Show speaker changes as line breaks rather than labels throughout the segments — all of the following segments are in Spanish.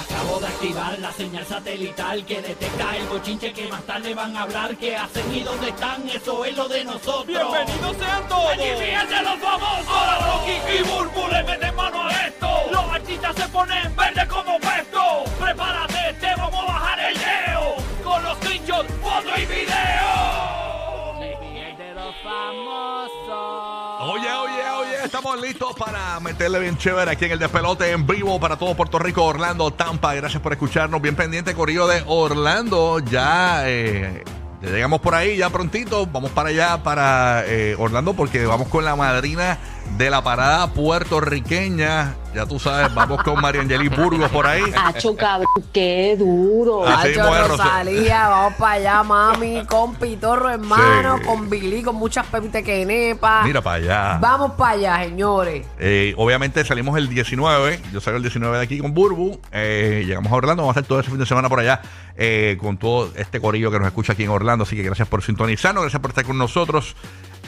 Acabo de activar la señal satelital que detecta el bochinche que más tarde van a hablar. ¿Qué hacen y dónde están? Eso es lo de nosotros.
¡Bienvenidos sean todos!
¡Aquí fíjense los famosos! Ahora Rocky y Burbu le meten mano a esto. Los artistas se ponen verde como pesto. Prepárate, te vamos a bajar el leo. Con los pinchos, foto y video. de los famosos.
Oye, oye, oye, estamos listos para meterle bien chévere aquí en el despelote en vivo para todo Puerto Rico, Orlando, Tampa. Gracias por escucharnos. Bien pendiente, Corillo de Orlando. Ya, eh, ya llegamos por ahí, ya prontito. Vamos para allá, para eh, Orlando, porque vamos con la madrina de la parada puertorriqueña. Ya tú sabes, vamos con María Angelis Burgos por ahí.
Acho, cabrón, qué duro.
Ah, Así
Nacho
mismo es,
Rosalía, vamos para allá, mami, con Pitorro, hermano,
Sí.
con Billy, con muchas pepitas que nepa.
Mira para allá.
Vamos para allá, señores.
Eh, obviamente salimos el 19, yo salgo el 19 de aquí con Burbu, eh, llegamos a Orlando, vamos a estar todo ese fin de semana por allá eh, con todo este corillo que nos escucha aquí en Orlando, así que gracias por sintonizarnos, gracias por estar con nosotros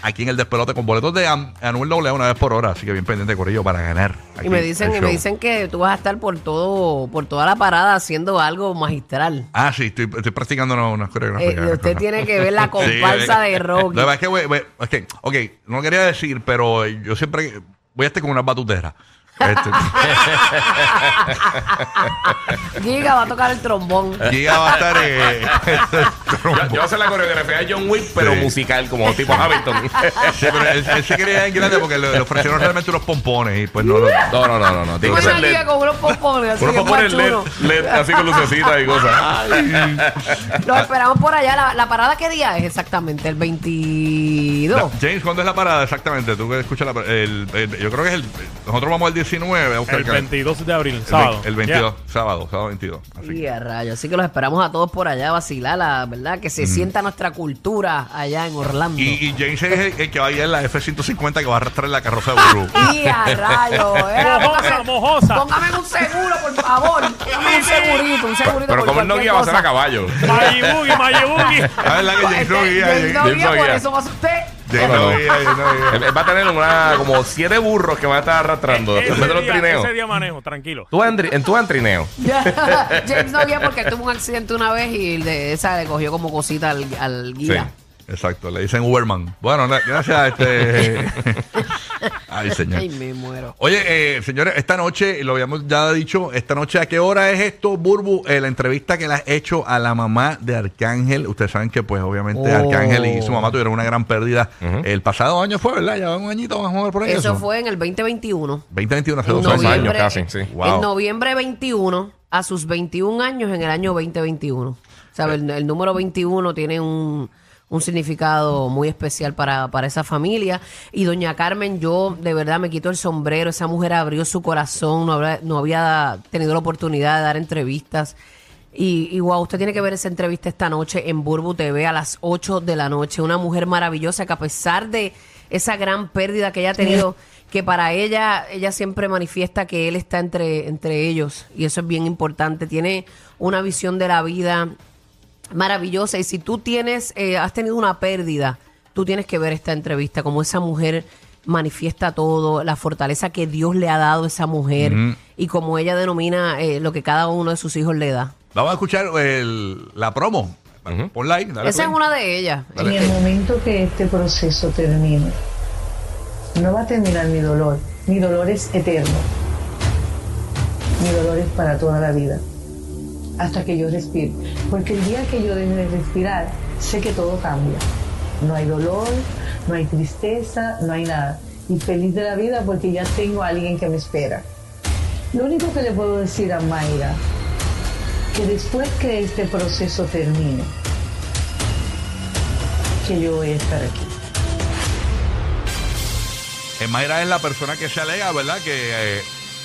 aquí en el despelote con boletos de An- Anuel Doble una vez por hora, así que bien pendiente corillo para ganar. aquí
Y me dicen,
el
y me
show.
dicen que tú vas a estar por todo, por toda la parada haciendo algo magistral.
Ah, sí, estoy, estoy practicando una- unas coreografías.
Eh, y usted tiene que ver la comparsa de Rocky.
eh, La verdad es que, güey, güey, es que, ok, no lo quería decir, pero yo siempre voy a estar con una Este, batutera.
Giga va a tocar el trombón.
Giga va a estar. eh,
Yo, yo sé la coreografía de John Wick, pero
Sí.
musical, como tipo Hamilton.
Sí, pero él, él se quería en grande porque le, le ofrecieron realmente unos pompones y pues no lo.
No, no, no, no. no. Tiene
Una
que ser LED.
Giga con unos pompones, así
Uno
que
puede poner
más
LED,
chulo.
LED, así con lucecitas y
Ah,
cosas.
Los esperamos por allá. La, la parada, ¿qué día es exactamente? El 22.
La- James, ¿cuándo es la parada exactamente? Tú que escuchas la par- el, el- Yo creo que es el. Nosotros vamos el 19 a buscar
El
cal-
22 de abril,
el ve-
sábado.
el 22, sábado, sábado 22. Así que-
Y a rayos. Así que los esperamos a todos por allá a vacilar, la verdad, que se sienta nuestra cultura allá en Orlando.
Y,
Y,
y James es el, el que va a ir en la F-150 que va a arrastrar la carroza de Burbu.
a rayos. eh,
Mojosa,
póngame-
mojosa.
Póngame un seguro, por favor. Póngame un segurito, un segurito.
Pero, pero
por
como él no
cualquier
guía, va a ser a
cosa.
caballo.
Mayibugi, Mayibugi.
Ah, La verdad que James
Este,
no guía.
James no
James-
guía,
no
por
guía.
eso va usted.
James
No,
no
no.
guía, James no guía.
Él- él va a tener una, como siete burros que van a estar arrastrando.
E-,
Ese
Mete los
día-
trineos.
Ese día manejo, tranquilo.
Tú vas en, tri- en- tú vas en trineo.
James no guía porque él tuvo un accidente una vez y el de esa le cogió como cosita al, al guía.
Exacto, le dicen Uberman. Bueno, na- gracias a este. Ay, señor.
Ay, me muero.
Oye, eh, señores, esta noche, lo habíamos ya dicho, esta noche, ¿a qué hora es esto, Burbu? Eh, la entrevista que le has hecho a la mamá de Arcángel. Ustedes saben que, pues, obviamente,
Oh.
Arcángel y su mamá tuvieron una gran pérdida el pasado año, ¿fue, verdad? Ya un añito, vamos a ver por ahí.
Eso fue en el 2021.
2021, hace
en
dos
Dos
años.
años
noviembre,
casi, sí.
Wow.
En noviembre 21, a sus 21 años en el año 2021. O sea, el, el número 21 tiene un, un significado muy especial para, para esa familia. Y doña Carmen, yo de verdad me quito el sombrero. Esa mujer abrió su corazón, no habrá- no había, tenido la oportunidad de dar entrevistas. Y, y wow, usted tiene que ver esa entrevista esta noche en Burbu TV a las 8 de la noche. Una mujer maravillosa que a pesar de esa gran pérdida que ella ha tenido, que para ella, ella siempre manifiesta que él está entre, entre ellos. Y eso es bien importante. Tiene una visión de la vida maravillosa. Y si tú tienes, eh, has tenido una pérdida, tú tienes que ver esta entrevista, como esa mujer manifiesta todo, la fortaleza que Dios le ha dado a esa mujer y como ella denomina eh, lo que cada uno de sus hijos le da.
Vamos a escuchar el- la promo. Pon like, dale
Esa es
play.
una de ellas.
Dale
En el
play.
momento que este proceso termine, no va a terminar mi dolor. Mi dolor es eterno. Mi dolor es para toda la vida. Hasta que yo respire. Porque el día que yo deje de respirar, sé que todo cambia. No hay dolor, no hay tristeza, no hay nada. Y feliz de la vida porque ya tengo a alguien que me espera. Lo único que le puedo decir a Mayra, que después que este proceso termine, que yo voy a estar aquí.
Eh, Mayra es la persona que se alega, ¿verdad? Que eh,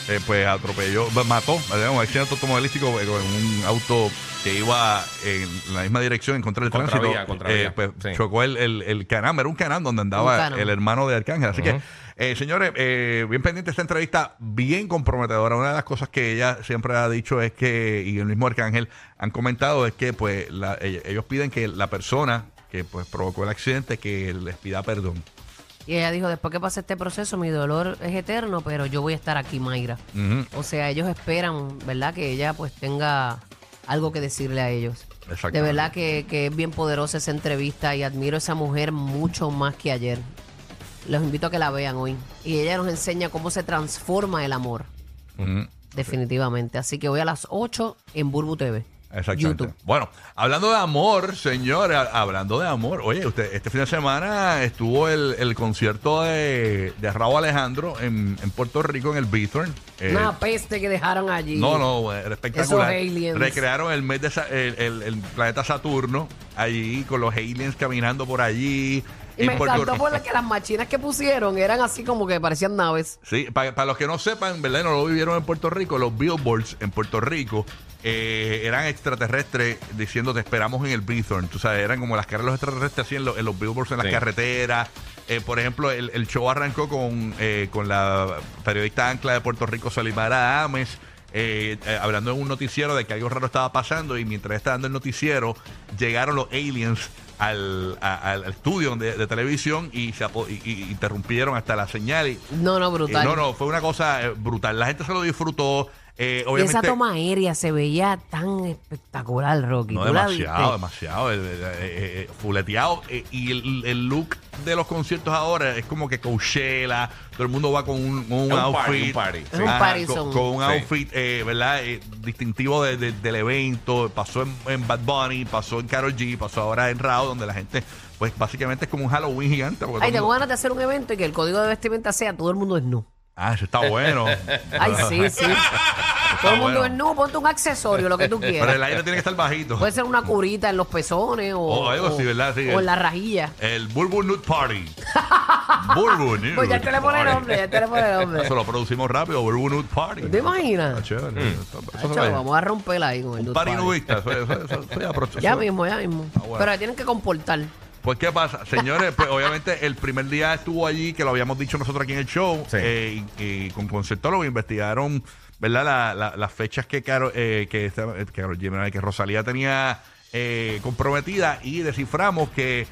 eh, pues atropelló, b- mató, ¿verdad? un accidente automovilístico eh, con un auto que iba en la misma dirección en contra del
Contravía,
tránsito.
contravía.
Eh, pues
Sí.
chocó el, el, el canam, era un canam donde andaba
Un canam.
el hermano de Arcángel. Así que, eh, señores, eh, bien pendiente esta entrevista, bien comprometedora. Una de las cosas que ella siempre ha dicho es que, y el mismo Arcángel han comentado, es que pues la- ell- ellos piden que la persona que pues provocó el accidente que les pida perdón.
Y ella dijo, después que pase este proceso, mi dolor es eterno, pero yo voy a estar aquí, Mayra.
Ujú.
O sea, ellos esperan, ¿verdad? Que ella pues tenga algo que decirle a ellos.
Exactamente.
De verdad que, que es bien poderosa esa entrevista y admiro a esa mujer mucho más que ayer. Los invito a que la vean hoy. Y ella nos enseña cómo se transforma el amor,
Ujú.
definitivamente. Así que hoy a las 8 en Burbu TV.
Exactamente.
YouTube.
Bueno, hablando de amor, señores, ha- hablando de amor, oye, usted, este fin de semana estuvo el, el concierto de, de Raúl Alejandro en, en Puerto Rico, en el Bithorn. Eh,
Una peste que dejaron allí.
no, no, eh, era espectacular.
Esos aliens.
Recrearon el, mes de Sa- el, el- el planeta Saturno allí con los aliens caminando por allí.
Y
en
me
Puerto
encantó
Rico.
porque las machinas que pusieron eran así como que parecían naves.
Sí, para, los que no sepan, ¿verdad? Y No lo vivieron en Puerto Rico, los billboards en Puerto Rico eh, eran extraterrestres diciendo te esperamos en el Bithorn. Tú sabes, eran como las caras de los extraterrestres así en, lo- en los billboards en las
Sí.
carreteras. Eh, por ejemplo, el, el show arrancó con, eh, con la periodista ancla de Puerto Rico, Salimara Ames. eh, eh, hablando en un noticiero de que algo raro estaba pasando y mientras estaba dando el noticiero llegaron los aliens al, a- al estudio de, de televisión y, se apo- y- y- interrumpieron hasta la señal y,
No, no,
eh,
brutal.
no, no, fue una cosa eh, brutal. La gente se lo disfrutó. eh,
Y esa
obviamente.
toma aérea se veía tan espectacular, Rocky.
No,
¿Tú la
demasiado,
viste?
demasiado. eh, eh, eh, eh, fuleteado. eh, y el, el look de los conciertos ahora es como que Coachella. Todo el mundo va con un, un
Es un
outfit.
party, un party.
Es un
Ajá,
party
con,
song.
con un
Sí.
outfit, eh, ¿verdad? Eh, distintivo de- de- del evento. Pasó en, en Bad Bunny, pasó en Karol G, pasó ahora en Rao, donde la gente, pues básicamente es como un Halloween gigante. porque todo
Ay,
el
tengo
mundo-
ganas de hacer un evento y que el código de vestimenta sea todo el mundo es nu.
Ah, eso está bueno.
Ay, sí, sí.
Está
todo el mundo
bueno.
es nu, ponte un accesorio, lo que tú
Pero
quieras.
el aire tiene que estar bajito.
Puede ser una curita en los pezones o,
O Oh, algo así,
o-
¿verdad? Sí,
o
el-
en la rajilla.
El Bulbul Nude Party. Bulbul Nude
Pues ya te le pone el
Party. Ah,
nombre, ya te le pone el nombre.
Eso lo producimos rápido, Bulbul Nude Party.
¿Te imaginas? Mm.
Está chévere. Eso- eso
Chacho,
se ve.
vamos a romperla ahí con el
Un
nude
party
party.
nudista. Eso- eso- eso- eso ya pro-
Ya
eso-
mismo, ya mismo.
Ah, bueno.
Pero la tienen que comportar.
Pues, ¿qué pasa? Señores, pues obviamente el primer día estuvo allí, que lo habíamos dicho nosotros aquí en el show,
Sí.
eh, y, y con conceptólogos investigaron, ¿verdad? La- la- las fechas que Caro, eh, que, esta- eh, que, Karol G, ¿verdad? que Rosalía tenía eh, comprometida y desciframos que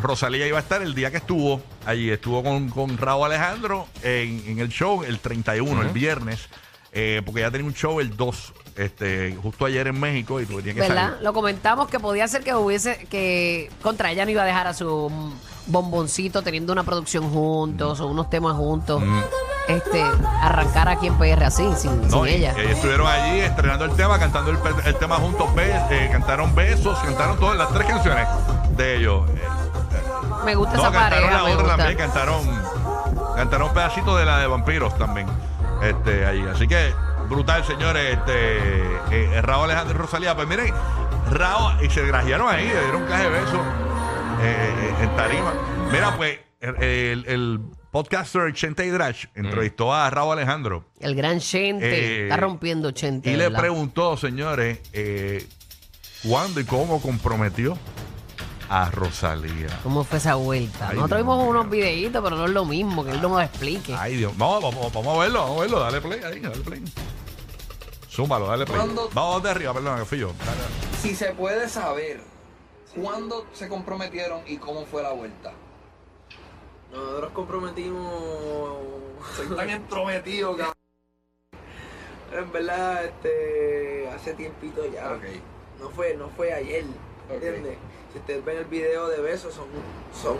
Rosalía iba a estar el día que estuvo allí. Estuvo con, con Raúl Alejandro en, en el show el 31, el viernes, eh, porque ya tenía un show el 2, este, justo ayer en México y tenía que
¿Verdad?
salir.
Lo comentamos que podía ser que hubiese que contra ella no iba a dejar a su mm, bomboncito teniendo una producción juntos o unos temas juntos. Este, arrancar aquí en PR así, sin,
Mm. No,
sin
y-
ella.
y ellos estuvieron allí estrenando el tema, cantando el, pe- el tema juntos, be- eh, cantaron besos, cantaron todas las tres canciones de ellos. Eh,
me gusta
no,
esa
cantaron
pareja,
la
me
otra
gusta.
también, cantaron, cantaron un pedacito de la de vampiros también. Este, allí. Así que, brutal, señores. Este, eh, Raúl Alejandro y Rosalía, pues miren, Raúl, y se grajearon ahí, le dieron caje de besos eh, eh, en Tarima. Mira, pues, el, el- el podcaster Chente Hidrach entrevistó a Raúl Alejandro.
El gran Chente
Eh,
está rompiendo Chente.
Y le
¿verdad?
preguntó, señores, eh, cuándo y cómo comprometió a Rosalía.
¿Cómo fue esa vuelta?
Ay,
Nosotros
Dios
vimos unos
mío.
videitos, pero no es lo mismo, que él no nos explique.
Ay, Dios. Vamos, vamos, vamos a verlo, vamos a verlo. Dale play ahí, dale play. Súmalo, dale play.
¿Cuándo?
Vamos de arriba, perdón, que fui yo. Dale, dale.
Si se puede saber cuándo se comprometieron y cómo fue la vuelta.
Nosotros comprometimos.
Soy tan entrometido, cabrón.
En verdad, este. Hace tiempito ya. No fue, no fue ayer. ¿Entiendes? Si ustedes ven el video de besos, son, son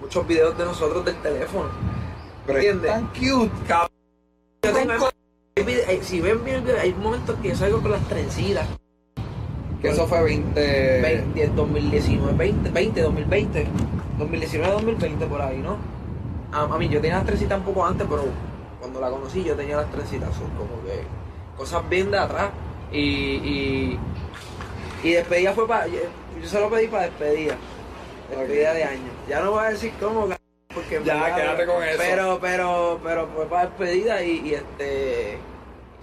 muchos videos de nosotros del teléfono.
Pero es
¿Entiendes?
tan cute, cabrón.
Yo tengo- hay vide- hay- Si ven bien el video, hay momentos que yo salgo con las trencitas.
Que eso fue 20.
20, 2019, 20, 20, 2020. 2019, 2020 por ahí, ¿no? A, a mí yo tenía las trencitas un poco antes, pero cuando la conocí yo tenía las trencitas, son como que cosas bien de atrás. Y, y, y despedida fue para... Yo, yo se lo pedí para despedida. Despedida de año. Ya no voy a decir cómo, c- Porque en
Ya,
verdad,
quédate con eso.
Pero, pero, pero fue para despedida y, y este.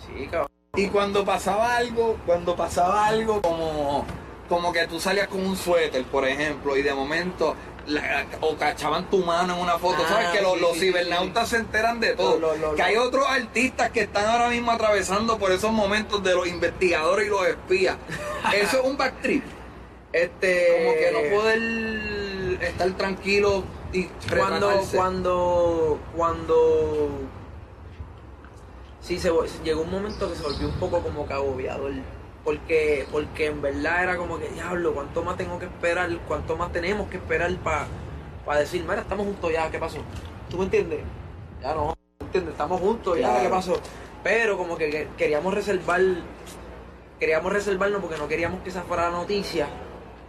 Sí, cabrón.
Y cuando pasaba algo, cuando pasaba algo como, como que tú salías con un suéter, por ejemplo, y de momento la- o cachaban tu mano en una foto,
Ah,
¿sabes? Que los,
sí,
los
sí,
cibernautas se enteran de todo.
Lo- lo- lo-
que hay otros artistas que están ahora mismo atravesando por esos momentos de los investigadores y los espías. Eso es un backtrip.
Este.
Como que no poder estar tranquilo y
cuando
relajarse.
cuando cuando sí se vol- llegó un momento que se volvió un poco como que agobiador porque porque en verdad era como que diablo cuánto más tengo que esperar cuánto más tenemos que esperar para decir mira estamos juntos ya qué pasó tú me entiendes ya no entiendes estamos juntos ya
Claro.
qué pasó pero como que- que queríamos reservar queríamos reservarnos porque no queríamos que esa fuera la noticia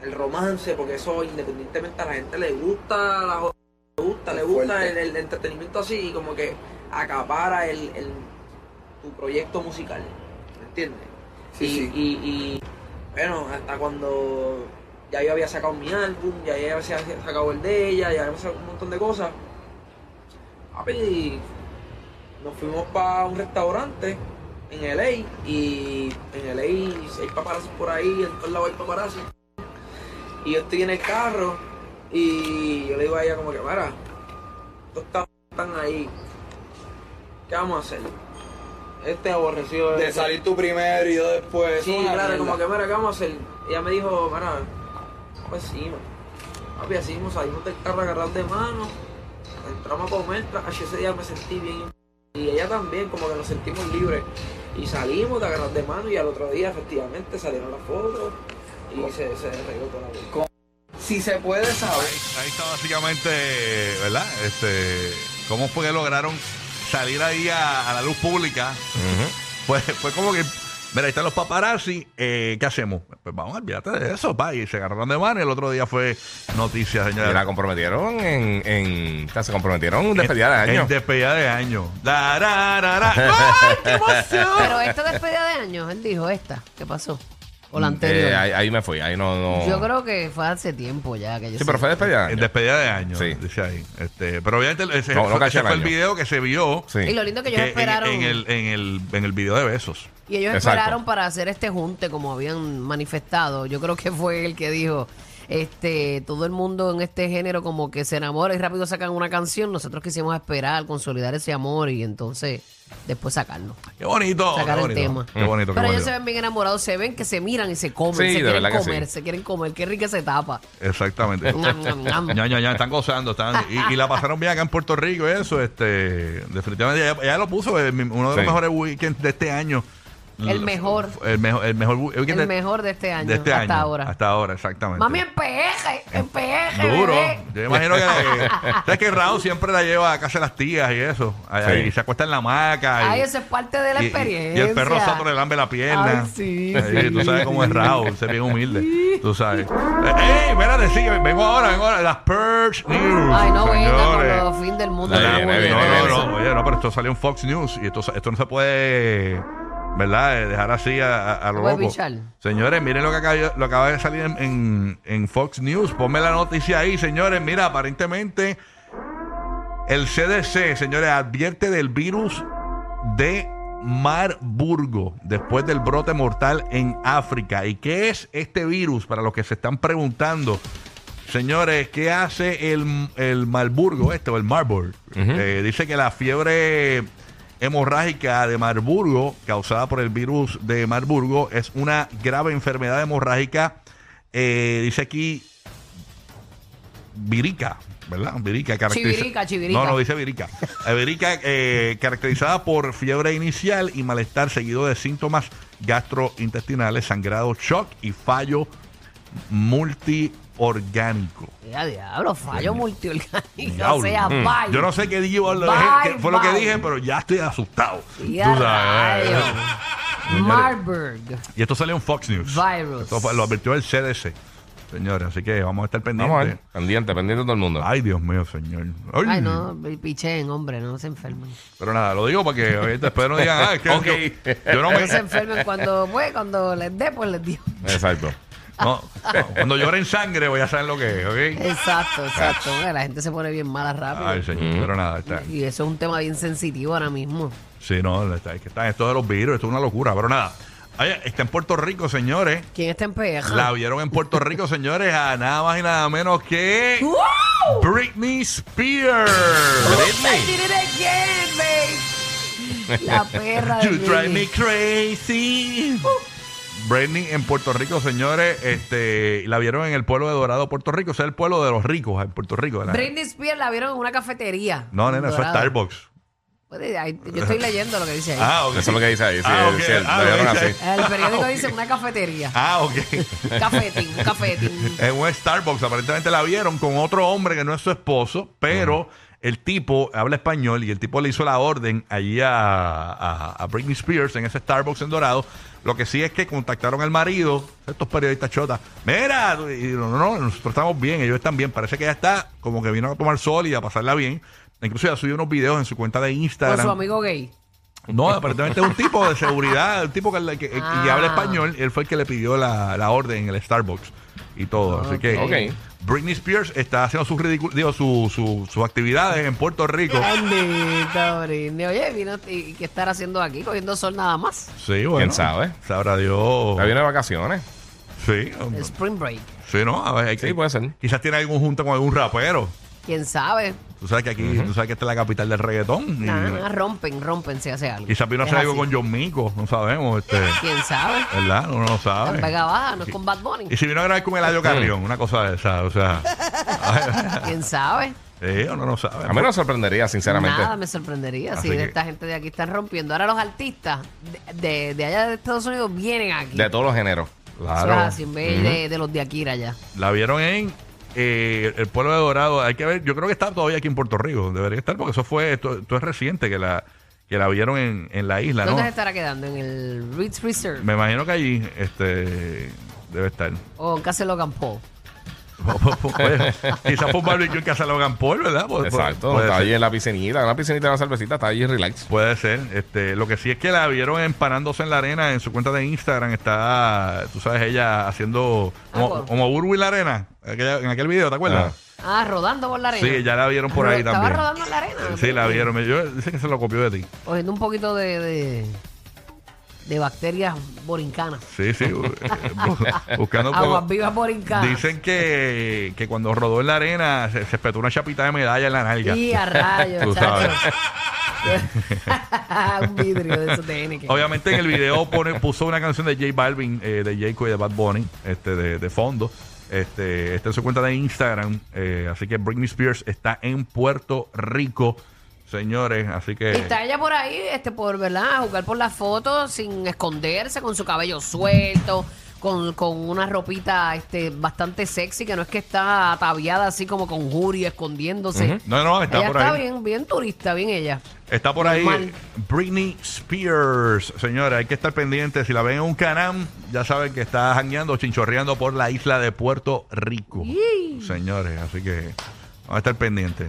el romance porque eso independientemente a la gente le gusta la jo- le gusta le gusta el,
Fuerte.
el entretenimiento así y como que acapara el, el- tu proyecto musical ¿me entiendes?
Sí,
y,
sí.
y- y, bueno hasta cuando ya yo había sacado mi álbum ya ella había sacado el de ella ya habíamos sacado un montón de cosas Papi, nos fuimos para un restaurante en LA y en LA hay paparazzi por ahí, en todos lados hay paparazzi. Y yo estoy en el carro y yo le digo a ella como que, mira, estos cabrones están ahí, ¿qué vamos a hacer? Este aborrecido
De salir tú primero y yo después.
Sí,
Es una
claro,
mierda.
como que, mira, ¿qué vamos a hacer? Ella me dijo, mira, pues sí, man. papi, así mismo salimos del carro agarrados de mano, entramos a comer, tra- ay, ese día me sentí bien. Y ella también, como que nos sentimos libres. Y salimos de agarrar de mano y al otro día, efectivamente, salieron las fotos y se, se arregló toda la vida.
Si se puede saber.
Ahí está básicamente, ¿verdad? Este, ¿Cómo fue que lograron salir ahí a, a la luz pública? Pues fue como que, mira, ahí están los paparazzi, eh, ¿qué hacemos? Pues vamos, olvídate de eso, pa. Y se agarraron de mano y el otro día fue noticia,
Y la
señora.
comprometieron en, en se comprometieron en despedida de año.
En despedida de año. Da, ra, ra, ra. ¡Ay, qué emoción!
Pero esta despedida de años, él dijo esta. ¿Qué pasó? O la
Mm,
anterior.
Eh, ahí, ahí me fui, ahí no, no.
Yo creo que fue hace tiempo ya. Que yo
Sí, pero fue despedida de
En
año.
despedida de año,
Sí.
dice ahí. Este, pero obviamente ese,
No, no
ese
caché el
fue el
año.
video que se vio
Sí.
Y lo lindo que ellos
que en,
esperaron.
en el, en, el, en el video de besos.
Y ellos
Exacto.
esperaron para hacer este junte como habían manifestado. Yo creo que fue el que dijo, este, todo el mundo en este género como que se enamora y rápido sacan una canción. Nosotros quisimos esperar, consolidar ese amor y entonces después sacarlo.
Qué bonito.
Sacar
qué
el
bonito,
tema.
Qué bonito, qué
Pero ellos
bonito.
se ven bien enamorados, se ven que se miran y se comen,
Sí, de
se quieren
verdad que sí.
comer, se quieren comer. Qué rica se tapa.
Exactamente.
Ñam, ñam, ñam.
Ya, ya, ya, están gozando. Están, y, y la pasaron bien acá en Puerto Rico, eso. este Definitivamente, ella, ella lo puso, eh, mi- uno de los
Sí.
mejores weekends de este año.
El mejor.
El mejor, el mejor weekend
El
de-
mejor de este año,
de este
hasta
año,
ahora.
Hasta ahora, exactamente.
Mami, en peje, en peje,
Duro.
bebé.
Yo imagino que. ¿Sabes que Raúl siempre la lleva a casa de las tías y eso? Ahí,
Sí.
y se acuesta en la hamaca. y-
Ay, eso es parte de la
y- y-
experiencia.
Y, el perro santo le lambe la pierna.
Ay, sí,
Ahí,
sí.
Tú sabes cómo es Raúl, se bien humilde. Tú sabes. Eh, ¡Ey! Espérate, sí, vengo ahora, vengo ahora. Las Purge News.
Ay, no venga con
señores.
los fin del mundo.
Ahí
la
viene, ahí
mujer.
viene, ahí
No,
viene.
no, no, oye, no, pero esto salió en Fox News y esto, esto no se puede, ¿verdad? Eh, Dejar así a, a- a lo
Se puede
loco.
pichar.
Señores, miren lo que acaba, lo acaba de salir en, en- en Fox News. Ponme la noticia ahí, señores. Mira, aparentemente el CDC, señores, advierte del virus de Marburgo después del brote mortal en África. ¿Y qué es este virus? Para los que se están preguntando. Señores, ¿qué hace el, el Marburgo este o el Marburg? Eh, dice que la fiebre hemorrágica de Marburgo, causada por el virus de Marburgo, es una grave enfermedad hemorrágica. eh, dice aquí virica, ¿verdad? Virica, caracteriza-
Chivirica, chivirica.
No, no, dice virica. Eh, virica eh, caracterizada por fiebre inicial y malestar seguido de síntomas gastrointestinales, sangrado, shock y fallo multiorgánico.
Ya, diablo, fallo multiorgánico.
Diablo.
O sea,
Mm.
bye.
Yo no sé qué diablo
Bye,
dije, qué fue lo que
bye.
dije, pero ya estoy asustado.
Y a
Tú sabes. eh.
rayos.
Señores,
Marburg.
Y esto salió en Fox News.
Virus.
Esto fue- lo advirtió el CDC. Señores, así que vamos a estar
Vamos a ver.
pendientes.
Pendiente, pendiente todo el mundo.
Ay, Dios mío, señor. Ay.
Ay, no, pichén, hombre, no se enfermen.
Pero nada, lo digo porque oye, después no digan, ah, es que
Ok.
yo, yo no me...
No se enfermen cuando, pues, cuando les dé, pues les dio.
Exacto.
No, cuando lloren sangre, voy a saber lo que es, ¿ok?
Exacto, exacto. Mira, La gente se pone bien mala rápido.
Ay, señor, pero nada, está.
Y eso es un tema bien sensitivo ahora mismo.
Sí, no, está, es que están esto de los virus, esto es una locura, pero nada. Oye, está en Puerto Rico, señores.
¿Quién está en peja?
La vieron en Puerto Rico, señores, a nada más y nada menos que
Uh.
Britney Spears.
I did it again, babe. La perra de
You drive me
Britney.
crazy. Britney en Puerto Rico, señores, este, la vieron en el pueblo de Dorado, Puerto Rico, o sea, el pueblo de los ricos en Puerto Rico. de la-
Britney Spears la vieron en una cafetería.
No, nena, eso es
Dorado.
Starbucks.
Puede- ay, Yo estoy leyendo lo que dice ahí.
Ah, ok.
Eso es lo que dice ahí. Sí,
Ah, ok.
sí, lo
Ah, ok.
vieron así.
El periódico
Ah,
dice
ok.
una cafetería.
Ah, ok.
Cafetín, un cafetín.
en un Starbucks, aparentemente la vieron con otro hombre que no es su esposo, pero el tipo habla español y el tipo le hizo la orden allí a, a- a Britney Spears en ese Starbucks en Dorado. Lo que sí es que contactaron al marido, estos periodistas chotas. Mira, y no, no, no, nosotros estamos bien, ellos están bien. Parece que ella está como que vino a tomar sol y a pasarla bien. Incluso ya subió unos videos en su cuenta de Instagram.
Con su amigo gay.
No, aparentemente es un tipo de seguridad, un tipo que, que- que
Ah.
habla español, él fue el que le pidió la, la orden en el Starbucks y todo. Así que
Ok.
Britney Spears está haciendo sus, ridicu- digo, su- su- sus actividades en Puerto Rico.
Bendito, Britney. Oye, vino y qué estar haciendo aquí, cogiendo sol nada más.
Sí, bueno.
¿Quién sabe?
Sabrá Dios.
La viene de vacaciones.
Sí,
El spring break.
sí, ¿no? A ver, hay
Sí,
que-
puede ser.
Quizás tiene algún junta con algún rapero.
Quién sabe.
Tú sabes que aquí, tú sabes que esta es la capital del reggaetón. y-
Nada, nada, rompen, rompen si hace algo.
Quizás vino a
Es
hacer algo
así.
con John Mico, no sabemos. Este,
Quién sabe.
¿Verdad? Uno no
La
sabe.
pega baja, no es con Bad Bunny.
Y si vino a grabar con Eladio Carrión, una cosa de esa, o sea.
¿Quién sabe?
Eh, uno no sabe.
A mí no me sorprendería, sinceramente.
Nada me sorprendería
Así
si
que-
esta gente de aquí están rompiendo. Ahora los artistas de, de- de allá de Estados Unidos vienen aquí.
De todos los géneros.
Eso
Claro.
es así, en vez de, de los de Akira ya.
La vieron en eh, el pueblo de Dorado. Hay que ver, yo creo que está todavía aquí en Puerto Rico. Debería estar porque eso fue, esto, esto es reciente que la, que la vieron en, en la isla,
¿Dónde
¿no?
se estará quedando? ¿En el Ritz Reserve
Me imagino que allí este, debe estar.
o en Casa de Logan Paul?
Oye, Quizás fue un barbecue en Casa Logan Paul, ¿verdad? Pu- pu-
Exacto.
Pues, puede
está
ser.
ahí en la piscinita, en la piscinita de la cervecita, está ahí relax.
Puede ser. Este, lo que sí es que la vieron empanándose en la arena en su cuenta de Instagram. Está, tú sabes, ella haciendo como,
Agua.
como Burbu y la arena. aquella- en aquel video, ¿te acuerdas?
Ah, rodando por la arena.
Sí, ya la vieron por
Ro-
ahí
estaba
también.
rodando en la arena.
Sí, la vieron. Me- Yo, dicen que se lo copió de ti.
Cogiendo un poquito de, de, de bacterias borincanas.
Sí, sí. bu- bu- buscando por-
Aguas vivas borincanas.
Dicen que, que cuando rodó en la arena se, se espetó una chapita de medalla en la nalga.
Y a rayos,
Tú
chacho.
sabes.
un vidrio de esos de NK.
Obviamente en el video pone, puso una canción de J Balvin, eh, de Jayco y de Bad Bunny, este, de, de fondo. Este, está en su cuenta de Instagram. eh, así que Britney Spears está en Puerto Rico, señores. Así que.
Y está ella por ahí, este, por, ¿verdad? A jugar por las fotos sin esconderse, con su cabello suelto, con, con una ropita este, bastante sexy, que no es que está ataviada así como con juria, escondiéndose.
No, no, está
ella
por
está
ahí.
bien, bien turista, bien ella.
Está por ahí
Normal.
Britney Spears, señora, hay que estar pendiente. Si la ven en un canam, ya saben que está jangueando, chinchorreando por la isla de Puerto Rico. Señores, así que vamos a estar pendientes.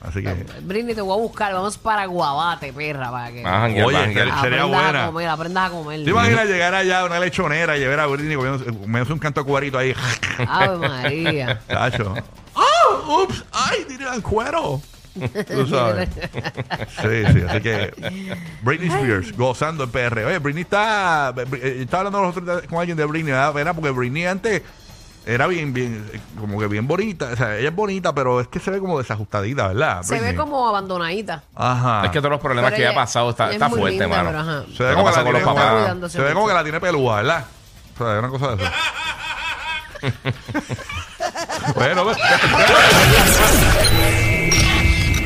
Así que,
Britney, te voy a buscar, vamos para Guabate, perra, para que
Ah, janguear,
Oye,
va a janguear.
que- sería
aprendas
buena.
a comer, aprendas a comer.
¿te imaginas llegar allá a una lechonera y ver a Britney comiendo- comiéndose un canto de cubarito ahí?
Ave María.
Tacho. ¡Oh! ¡Ups! ¡Ay! ¡Tiene el cuero! Tú sabes. Sí, sí, así que Britney Spears gozando en PR. Oye, Britney está. eh, Estaba hablando los otros días con alguien de Britney, ¿verdad? Pena, Porque Britney antes era bien, bien, eh, como que bien bonita. O sea, ella es bonita, pero es que se ve como desajustadita, ¿verdad?
Se ve
Britney?
como abandonadita.
Ajá.
Es que todos los problemas
Pero
que
ella-
ha pasado está,
ella es
está
muy
fuerte,
linda,
mano.
pero ajá.
se ve
Lo
como que
que
la
pasa con los
tiene,
Está
papás.
cuidándose
se ve como
mucho.
que la tiene peluda, ¿verdad? O sea, una cosa de eso. bueno, pues.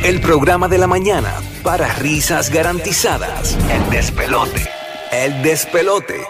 El programa de la mañana para risas garantizadas. El despelote. El despelote.